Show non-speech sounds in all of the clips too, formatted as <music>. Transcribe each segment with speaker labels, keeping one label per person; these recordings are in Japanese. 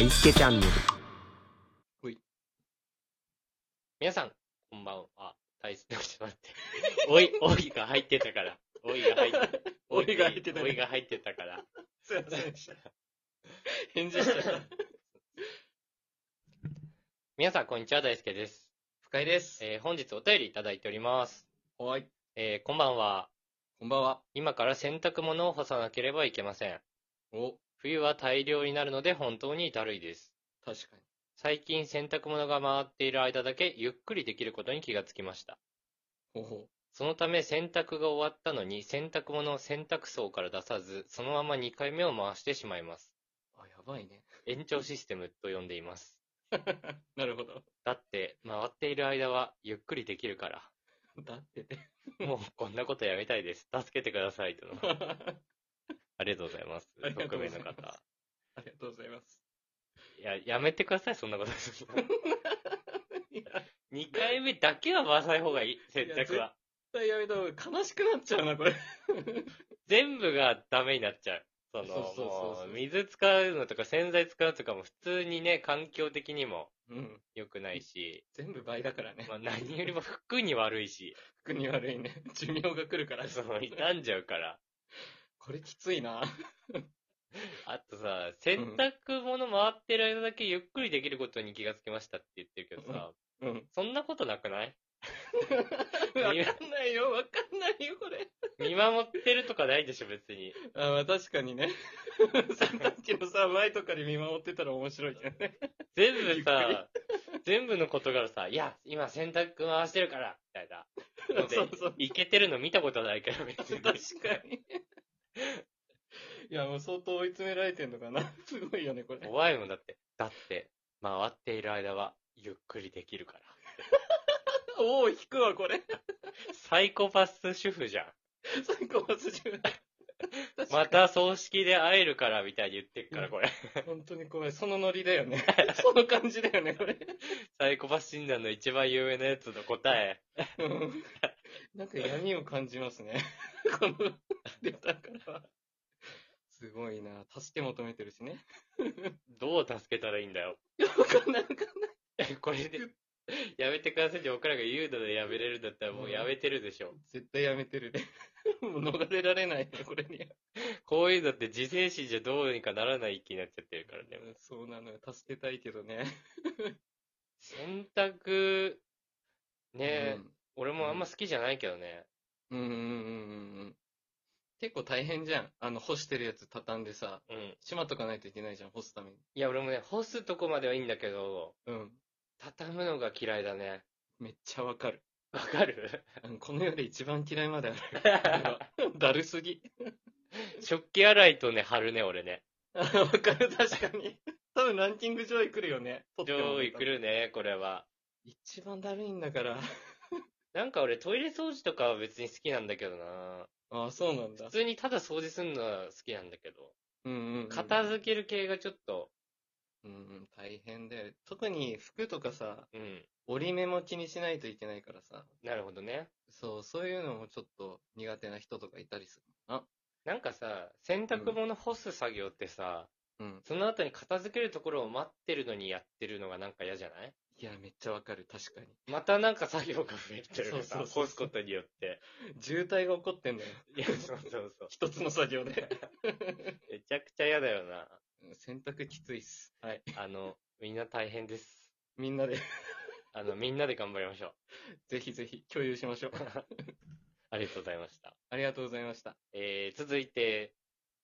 Speaker 1: いすけチャンネル。
Speaker 2: 皆さん、こんばんは。大切な人だって。 <laughs> おい、おいが入ってたから。おいが入って、
Speaker 3: <laughs> おいが入ってた
Speaker 2: おいが入ってたから。
Speaker 3: すいませんでした。返事したら。
Speaker 2: 皆さん、こんにちは。大輔です。
Speaker 3: 深井です。
Speaker 2: えー本日お便りいただいております。
Speaker 3: はい。
Speaker 2: えーこんばんは。
Speaker 3: こんばんは。
Speaker 2: 今から洗濯物を干さなければいけません。
Speaker 3: お、
Speaker 2: 冬は大量になるので本当にだるいです。
Speaker 3: 確か
Speaker 2: 最近洗濯物が回っている間だけゆっくりできることに気がつきました。
Speaker 3: に。ほほ。
Speaker 2: そのため洗濯が終わったのに洗濯物を洗濯槽から出さず、そのまま2回目を回してしまいます。
Speaker 3: あ、やばいね。
Speaker 2: 延長システムと呼んでいます。
Speaker 3: なるほど。
Speaker 2: だって、回っている間はゆっくりできるから。
Speaker 3: だってて。 <laughs>
Speaker 2: もうこんなことやめたいです。助けてください。との。ありがとうございます
Speaker 3: あり。がと
Speaker 2: 匿
Speaker 3: うご
Speaker 2: 名
Speaker 3: ざ
Speaker 2: の
Speaker 3: います
Speaker 2: 方。
Speaker 3: ありがとうございます。
Speaker 2: いや、やめてください、そんなこ
Speaker 3: <laughs>
Speaker 2: と。
Speaker 3: いや
Speaker 2: 2回目だけは回さない方がいい、洗
Speaker 3: いや
Speaker 2: 濯
Speaker 3: 絶
Speaker 2: は。
Speaker 3: 絶対やめた方が悲しくなっちゃうな、これ。
Speaker 2: 全部がダメになっちゃう。その、
Speaker 3: そうそうそう
Speaker 2: も
Speaker 3: そう
Speaker 2: う水使うのとか洗剤使うとかも普通にね、環境的にも
Speaker 3: うん。
Speaker 2: 良くないし、
Speaker 3: 全部倍だからね
Speaker 2: ま。あ何よりも服に悪いし、 <laughs>
Speaker 3: 服に悪いね。寿命が来るから。
Speaker 2: その、傷んじゃうから。
Speaker 3: これきついな。
Speaker 2: あとさ、洗濯物回ってる間だけゆっくりできることに気がつきましたって言ってるけどさ、
Speaker 3: うん。
Speaker 2: そんなことなくない
Speaker 3: わかんないよ、わかんないよ、これ。
Speaker 2: 見守ってるとかないでしょ、別に。
Speaker 3: あ、まあ確かにね。 <laughs> さっきのさ、前とかで見守ってたら面白いけどね。
Speaker 2: 全部さ、全部のことがさ、いや、今洗濯回してるから、みたいな。ので
Speaker 3: そうそう。
Speaker 2: いけてるの見たことないから、別に。
Speaker 3: 確かに。 <laughs> いや、もう相当追い詰められてんのかな。 <laughs> すごいよね、これ。
Speaker 2: 怖いもんだって。だって、回っている間はゆっくりできるから。
Speaker 3: おお、引くわ、これ。 <laughs>
Speaker 2: サイコパス主婦じゃん。
Speaker 3: 最高は筋が
Speaker 2: また葬式で会えるから、みたいに言ってっから、これ。
Speaker 3: 本当に怖い。そのノリだよ <laughs> ね。その感じだよね、これ。
Speaker 2: サイコパス診断の一番有名なやつの答え。
Speaker 3: <laughs> うんなんか闇を感じますね。 <laughs> この、出たからは。すごいな。助け求めてるしね。
Speaker 2: どう助けたらいいんだよ。
Speaker 3: わかんない、わかんない。
Speaker 2: これで、やめてくださいって僕らが言うのでやめれるんだったらもうやめてるでしょ。
Speaker 3: 絶対やめてるね。 <laughs> もう逃れられないね、これに。
Speaker 2: こういうのって自制心じゃどうにかならない気になっちゃってるからね。
Speaker 3: そうなのよ。助けたいけどね。
Speaker 2: 洗濯、ねえ、
Speaker 3: うん
Speaker 2: 俺もあんま好きじゃないけどね。
Speaker 3: うんうんうんうんうん。結構大変じゃん。あの、干してるやつ畳んでさ、
Speaker 2: うん。
Speaker 3: しまっとかないといけないじゃん、干すために。
Speaker 2: いや、俺もね、干すとこまではいいんだけど、
Speaker 3: うん。
Speaker 2: 畳むのが嫌いだね。
Speaker 3: めっちゃわかる。
Speaker 2: わか
Speaker 3: <laughs>
Speaker 2: る
Speaker 3: あのこの世で一番嫌いまである。これは
Speaker 2: <laughs>
Speaker 3: だるすぎ。
Speaker 2: 食器洗いとね、貼るね、俺ね。
Speaker 3: あわかる、確かに。多分ランキング上位来るよね。取っても
Speaker 2: 上位来。るね、これは。
Speaker 3: 一番だるいんだから。
Speaker 2: なんか俺トイレ掃除とかは別に好きなんだけどな
Speaker 3: ああ、そうなんだ
Speaker 2: 普。通にただ掃除するのは好きなんだけど、
Speaker 3: うんうん、うん。
Speaker 2: 片付ける系がちょっと、
Speaker 3: うんうん、大変だよ。特に服とかさ、
Speaker 2: うん、
Speaker 3: 折り目も気にしないといけないからさ。
Speaker 2: なるほどね。
Speaker 3: そう、そういうのもちょっと苦手な人とかいたりするな。
Speaker 2: なんかさ、洗濯物干す作業ってさ、
Speaker 3: うん。
Speaker 2: その後に片付けるところを待ってるのにやってるのがなんか嫌じゃない
Speaker 3: いや、めっちゃわかる、確かに。
Speaker 2: またなんか作業が増えてる
Speaker 3: そう
Speaker 2: さ
Speaker 3: そうそうそう
Speaker 2: 干すことによって。
Speaker 3: 渋滞が起こってんだよ。 <laughs>
Speaker 2: いや、そうそうそう。
Speaker 3: 一つの作業 <laughs> で。
Speaker 2: めちゃくちゃ嫌だよな。
Speaker 3: 洗濯きついっす。はい。
Speaker 2: あの、みんな大変です。
Speaker 3: みんなで、 <laughs>
Speaker 2: あの、みんなで頑張りましょう。
Speaker 3: ぜひぜひ共有しましょう。
Speaker 2: <laughs> ありがとうございました。
Speaker 3: ありがとうございました。
Speaker 2: えー、続いて、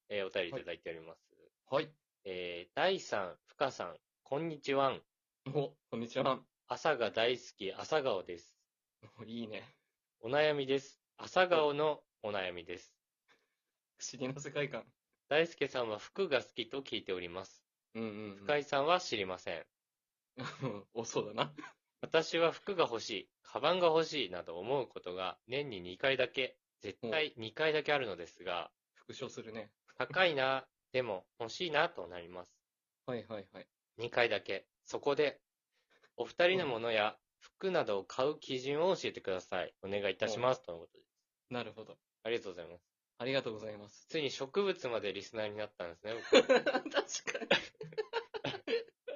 Speaker 2: えーお便りいただいております。
Speaker 3: はい。
Speaker 2: えー、大さん、ふかさん、こんにちはん。
Speaker 3: お、こんにちは。
Speaker 2: 朝が大好き、朝顔です。
Speaker 3: おいいね。
Speaker 2: お悩みです。朝顔のお悩みです。
Speaker 3: 不思議な世界観。
Speaker 2: 大輔さんは服が好きと聞いております。
Speaker 3: うんうん、
Speaker 2: 深井さんは知りません。
Speaker 3: うん。 <laughs> お、そうだな。
Speaker 2: 私は服が欲しい、カバンが欲しいなど思うことが年に2回だけ、絶対2回だけあるのですが、
Speaker 3: 復唱するね。
Speaker 2: 高いな、でも欲しいなとなります。
Speaker 3: はいはいはい。
Speaker 2: 2回だけ。そこで、お二人のものや服などを買う基準を教えてください。お願いいたします。とのことです。
Speaker 3: なるほど。
Speaker 2: ありがとうございます。
Speaker 3: ありがとうござい <laughs> ます。
Speaker 2: ついに植物までリスナーになったんですね、僕
Speaker 3: 確か <laughs>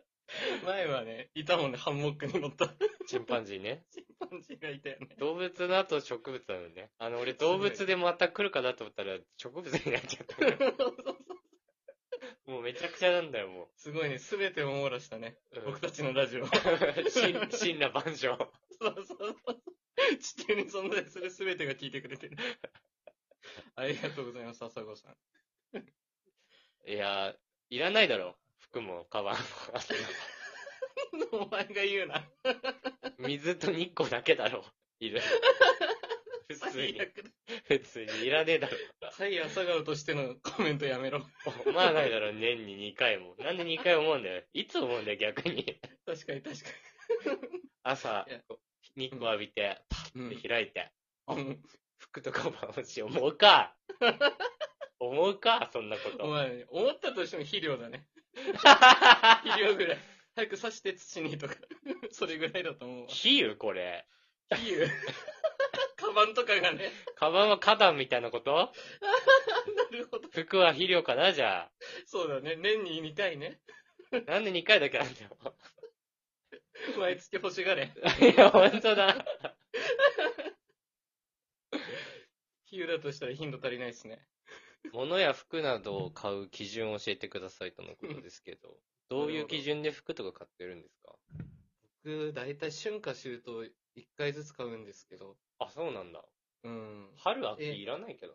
Speaker 3: 前はね、いたもんね、ハンモックに乗 <laughs> った
Speaker 2: チンパンジーね。
Speaker 3: チンパンジーがいたよね。
Speaker 2: 動物の後植物なのね。あの、俺動物でまた来るかなと思ったら植物になっちゃった。もうめちゃくちゃなんだよ、も
Speaker 3: <laughs> すごいね、すべてを網羅したね。
Speaker 2: う。うん
Speaker 3: 僕たちのラジオ。そう
Speaker 2: <laughs> 神神羅万
Speaker 3: そ
Speaker 2: 象。
Speaker 3: うそうそう。地球に存在するすべてが聞いてくれてる。 <laughs> ありがとうございます、朝子さん。
Speaker 2: いやー、いらないだろ。服も、カバンも。 <laughs>
Speaker 3: お前が言うな。
Speaker 2: 水と日光だけだろ。いる。普通
Speaker 3: 最
Speaker 2: に、
Speaker 3: 悪だ。
Speaker 2: 普通にいらねえだろ。
Speaker 3: はい、朝顔としてのコメントやめろ。
Speaker 2: まあないだろ、年に2回も。なんで2回思うんだよ。いつ思うんだよ、逆に。 <laughs>
Speaker 3: 確かに確か
Speaker 2: 朝
Speaker 3: いや、
Speaker 2: 日光浴びて、
Speaker 3: に。うん
Speaker 2: 開いて、
Speaker 3: うん
Speaker 2: 服とカバン欲しい。思うか <laughs> 思うかそんなこ <laughs>
Speaker 3: お
Speaker 2: と。
Speaker 3: 前、思ったとしても肥料だね。肥料ぐらい。早く刺して土にとか。 <laughs> それぐらいだと思うわ。
Speaker 2: 比喩これ。
Speaker 3: 比喩。 <laughs> カバンとかがね。
Speaker 2: カバンは花壇みたいなこと
Speaker 3: なるほど。
Speaker 2: 服は肥料かなじゃあ。
Speaker 3: そうだね。年に2回ね。
Speaker 2: なんで2回だけなんだよ。 <laughs>
Speaker 3: 毎月欲しがれ。
Speaker 2: いや、本当だ。
Speaker 3: 比喩だとしたら頻度足りないですね。
Speaker 2: 物や服などを買う基準を教えてくださいとのことですけど、どういう基準で服とか買ってるんですか
Speaker 3: 僕、だいたい春夏秋冬1回ずつ買うんですけど。
Speaker 2: あ、そうなんだ。
Speaker 3: うん。
Speaker 2: 春、秋いらないけど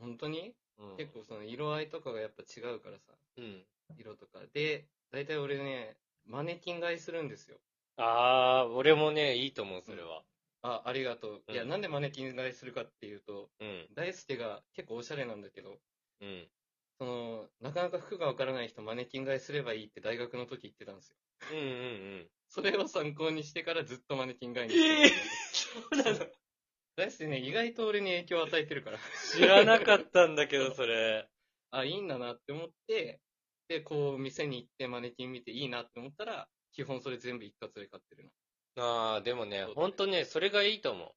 Speaker 3: 本当に
Speaker 2: な。うん
Speaker 3: 結構その色合いとかがやっぱ違うからさ。
Speaker 2: うん。
Speaker 3: 色とか。で、だいたい俺ね、マネキン買いするんですよ。
Speaker 2: あー、俺もね、いいと思う、それは。
Speaker 3: あ、ありがとう。いや、
Speaker 2: うん
Speaker 3: なんでマネキン買いするかっていうと、
Speaker 2: うん。
Speaker 3: 大輔が結構おしゃれなんだけど、
Speaker 2: うん。
Speaker 3: その、なかなか服がわからない人マネキン買いすればいいって大学の時言ってたんですよ。
Speaker 2: うんうんうん。
Speaker 3: それを参考にしてからずっとマネキン買いに
Speaker 2: <laughs> ええ
Speaker 3: してる。大輔ね、意外と俺に影響を与えてるから。
Speaker 2: 知らなかったんだけ <laughs> ど、それ。
Speaker 3: あ、いいんだなって思って、で、こう、店に行ってマネキン見ていいなって思ったら、基本それ全部一括で買ってるな。
Speaker 2: あー、でも
Speaker 3: そ
Speaker 2: ね
Speaker 3: うだ、ね
Speaker 2: ほんとね、それがいいと思う。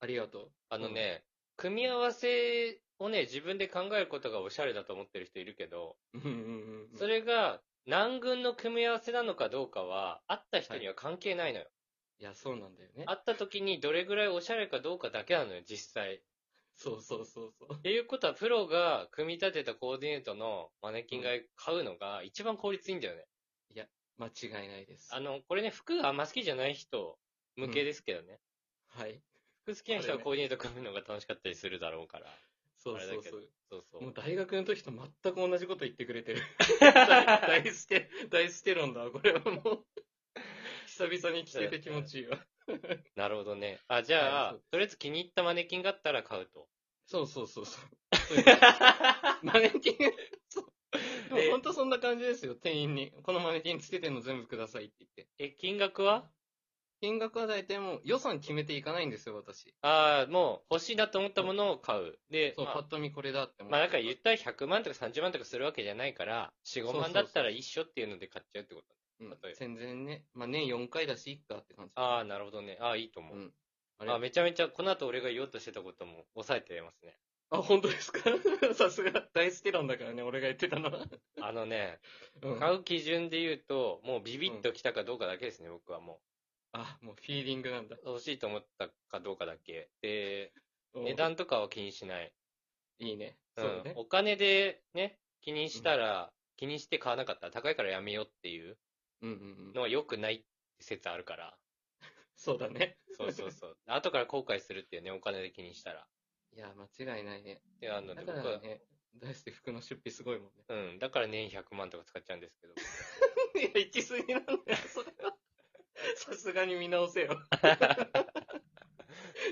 Speaker 3: ありがと
Speaker 2: あのね、組み合わせをね、自分で考えることがおしゃれだと思ってる人いるけど、
Speaker 3: う。うんうんうん。
Speaker 2: そ、れが何軍の組み合わせなのかどうかは、会った人には関係ないのよ。
Speaker 3: いや、そうなんだよね。
Speaker 2: 会った時にどれぐらいおしゃれかどうかだけなのよ、実際。っ
Speaker 3: そうそうそうそう。 <laughs>
Speaker 2: ていうことは、プロが組み立てたコーディネートのマネキンが買うのが一番効率いいんだよね。
Speaker 3: 間違いないです。
Speaker 2: あの、これね、服があんま好きじゃない人向けですけどね。
Speaker 3: はい。
Speaker 2: 服好きな人はコーディネート組むのが楽しかったりするだろうから。
Speaker 3: そう
Speaker 2: あれ
Speaker 3: そう
Speaker 2: だけ
Speaker 3: そ
Speaker 2: ど
Speaker 3: う。
Speaker 2: そうそ
Speaker 3: も
Speaker 2: う
Speaker 3: う。大学の時と全く同じこと言ってくれて <laughs> る。 <laughs> 大ステ、大ステロンだわ、これはもう。 <laughs> 久々に着てて気持ちいいわ。
Speaker 2: なるほどね。あ、じゃあ、
Speaker 3: はいそう
Speaker 2: とりあえず気に入ったマネキンがあったら買うと。
Speaker 3: そうそうそうそう。そういうこと <laughs> マネキン、そう。で
Speaker 2: え
Speaker 3: も本当そんな感じですよ、店員に。このマネキンつけてんの全部くださいって言って。
Speaker 2: え、金額は
Speaker 3: 金額は大体もう予算決めていかないんですよ、私。
Speaker 2: ああ、もう欲しいなと思ったものを買う。で、
Speaker 3: そう、
Speaker 2: まあ
Speaker 3: パッと見これだって思って。
Speaker 2: まあだから言ったら100万とか30万とかするわけじゃないから、4、
Speaker 3: そう
Speaker 2: 5
Speaker 3: そう
Speaker 2: 万だったら一緒っていうので買っちゃうってこと。
Speaker 3: うん
Speaker 2: 例えば
Speaker 3: 全然ね、まあ年4回だし、いっかって感じ。
Speaker 2: ああ、なるほどね。ああ、いいと思う。
Speaker 3: うんあれ
Speaker 2: あめちゃめちゃ、この後俺が言おうとしてたことも抑えてますね。
Speaker 3: あ、本当ですか <laughs> さすが、大ステロンだからね、俺が言ってたのは。
Speaker 2: あのね、
Speaker 3: うん
Speaker 2: 買う基準で言うと、もうビビッときたかどうかだけですね、僕はも
Speaker 3: あ、もうフィーリングなんだ。
Speaker 2: う。欲しいと思ったかどうかだけ。で、
Speaker 3: うん
Speaker 2: 値段とかは気にしない。
Speaker 3: いいね。
Speaker 2: う
Speaker 3: そうんだね。
Speaker 2: お金でね、気にしたら、気にして買わなかったら高いからやめようっていう
Speaker 3: うんうんうん。
Speaker 2: のは良くないって説あるから。
Speaker 3: そうだね。
Speaker 2: そうそ
Speaker 3: <laughs>
Speaker 2: うそう。後から後悔するっていうね、お金で気にしたら。
Speaker 3: いや、間違いないね。
Speaker 2: で、あの
Speaker 3: だ
Speaker 2: で、
Speaker 3: か
Speaker 2: 僕
Speaker 3: ら
Speaker 2: は、
Speaker 3: ね、大して服の出費すごいもん
Speaker 2: うん、だから年100万とか使っちゃうんですけど。
Speaker 3: ね。いや、行き過ぎなんだよ、それは。さすがに見直せよ。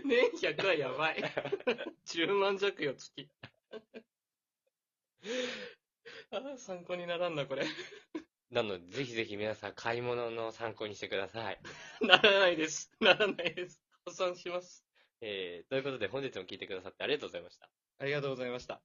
Speaker 3: 年100はやばい。10万弱よ、月。あー参考にならんな、これ。
Speaker 2: なので、ぜひぜひ皆さん、買い物の参考にしてください。
Speaker 3: ならないです。ならないです。破産します。
Speaker 2: えー、ということで、本日も聞いてくださってありがとうございました。
Speaker 3: ありがとうございました。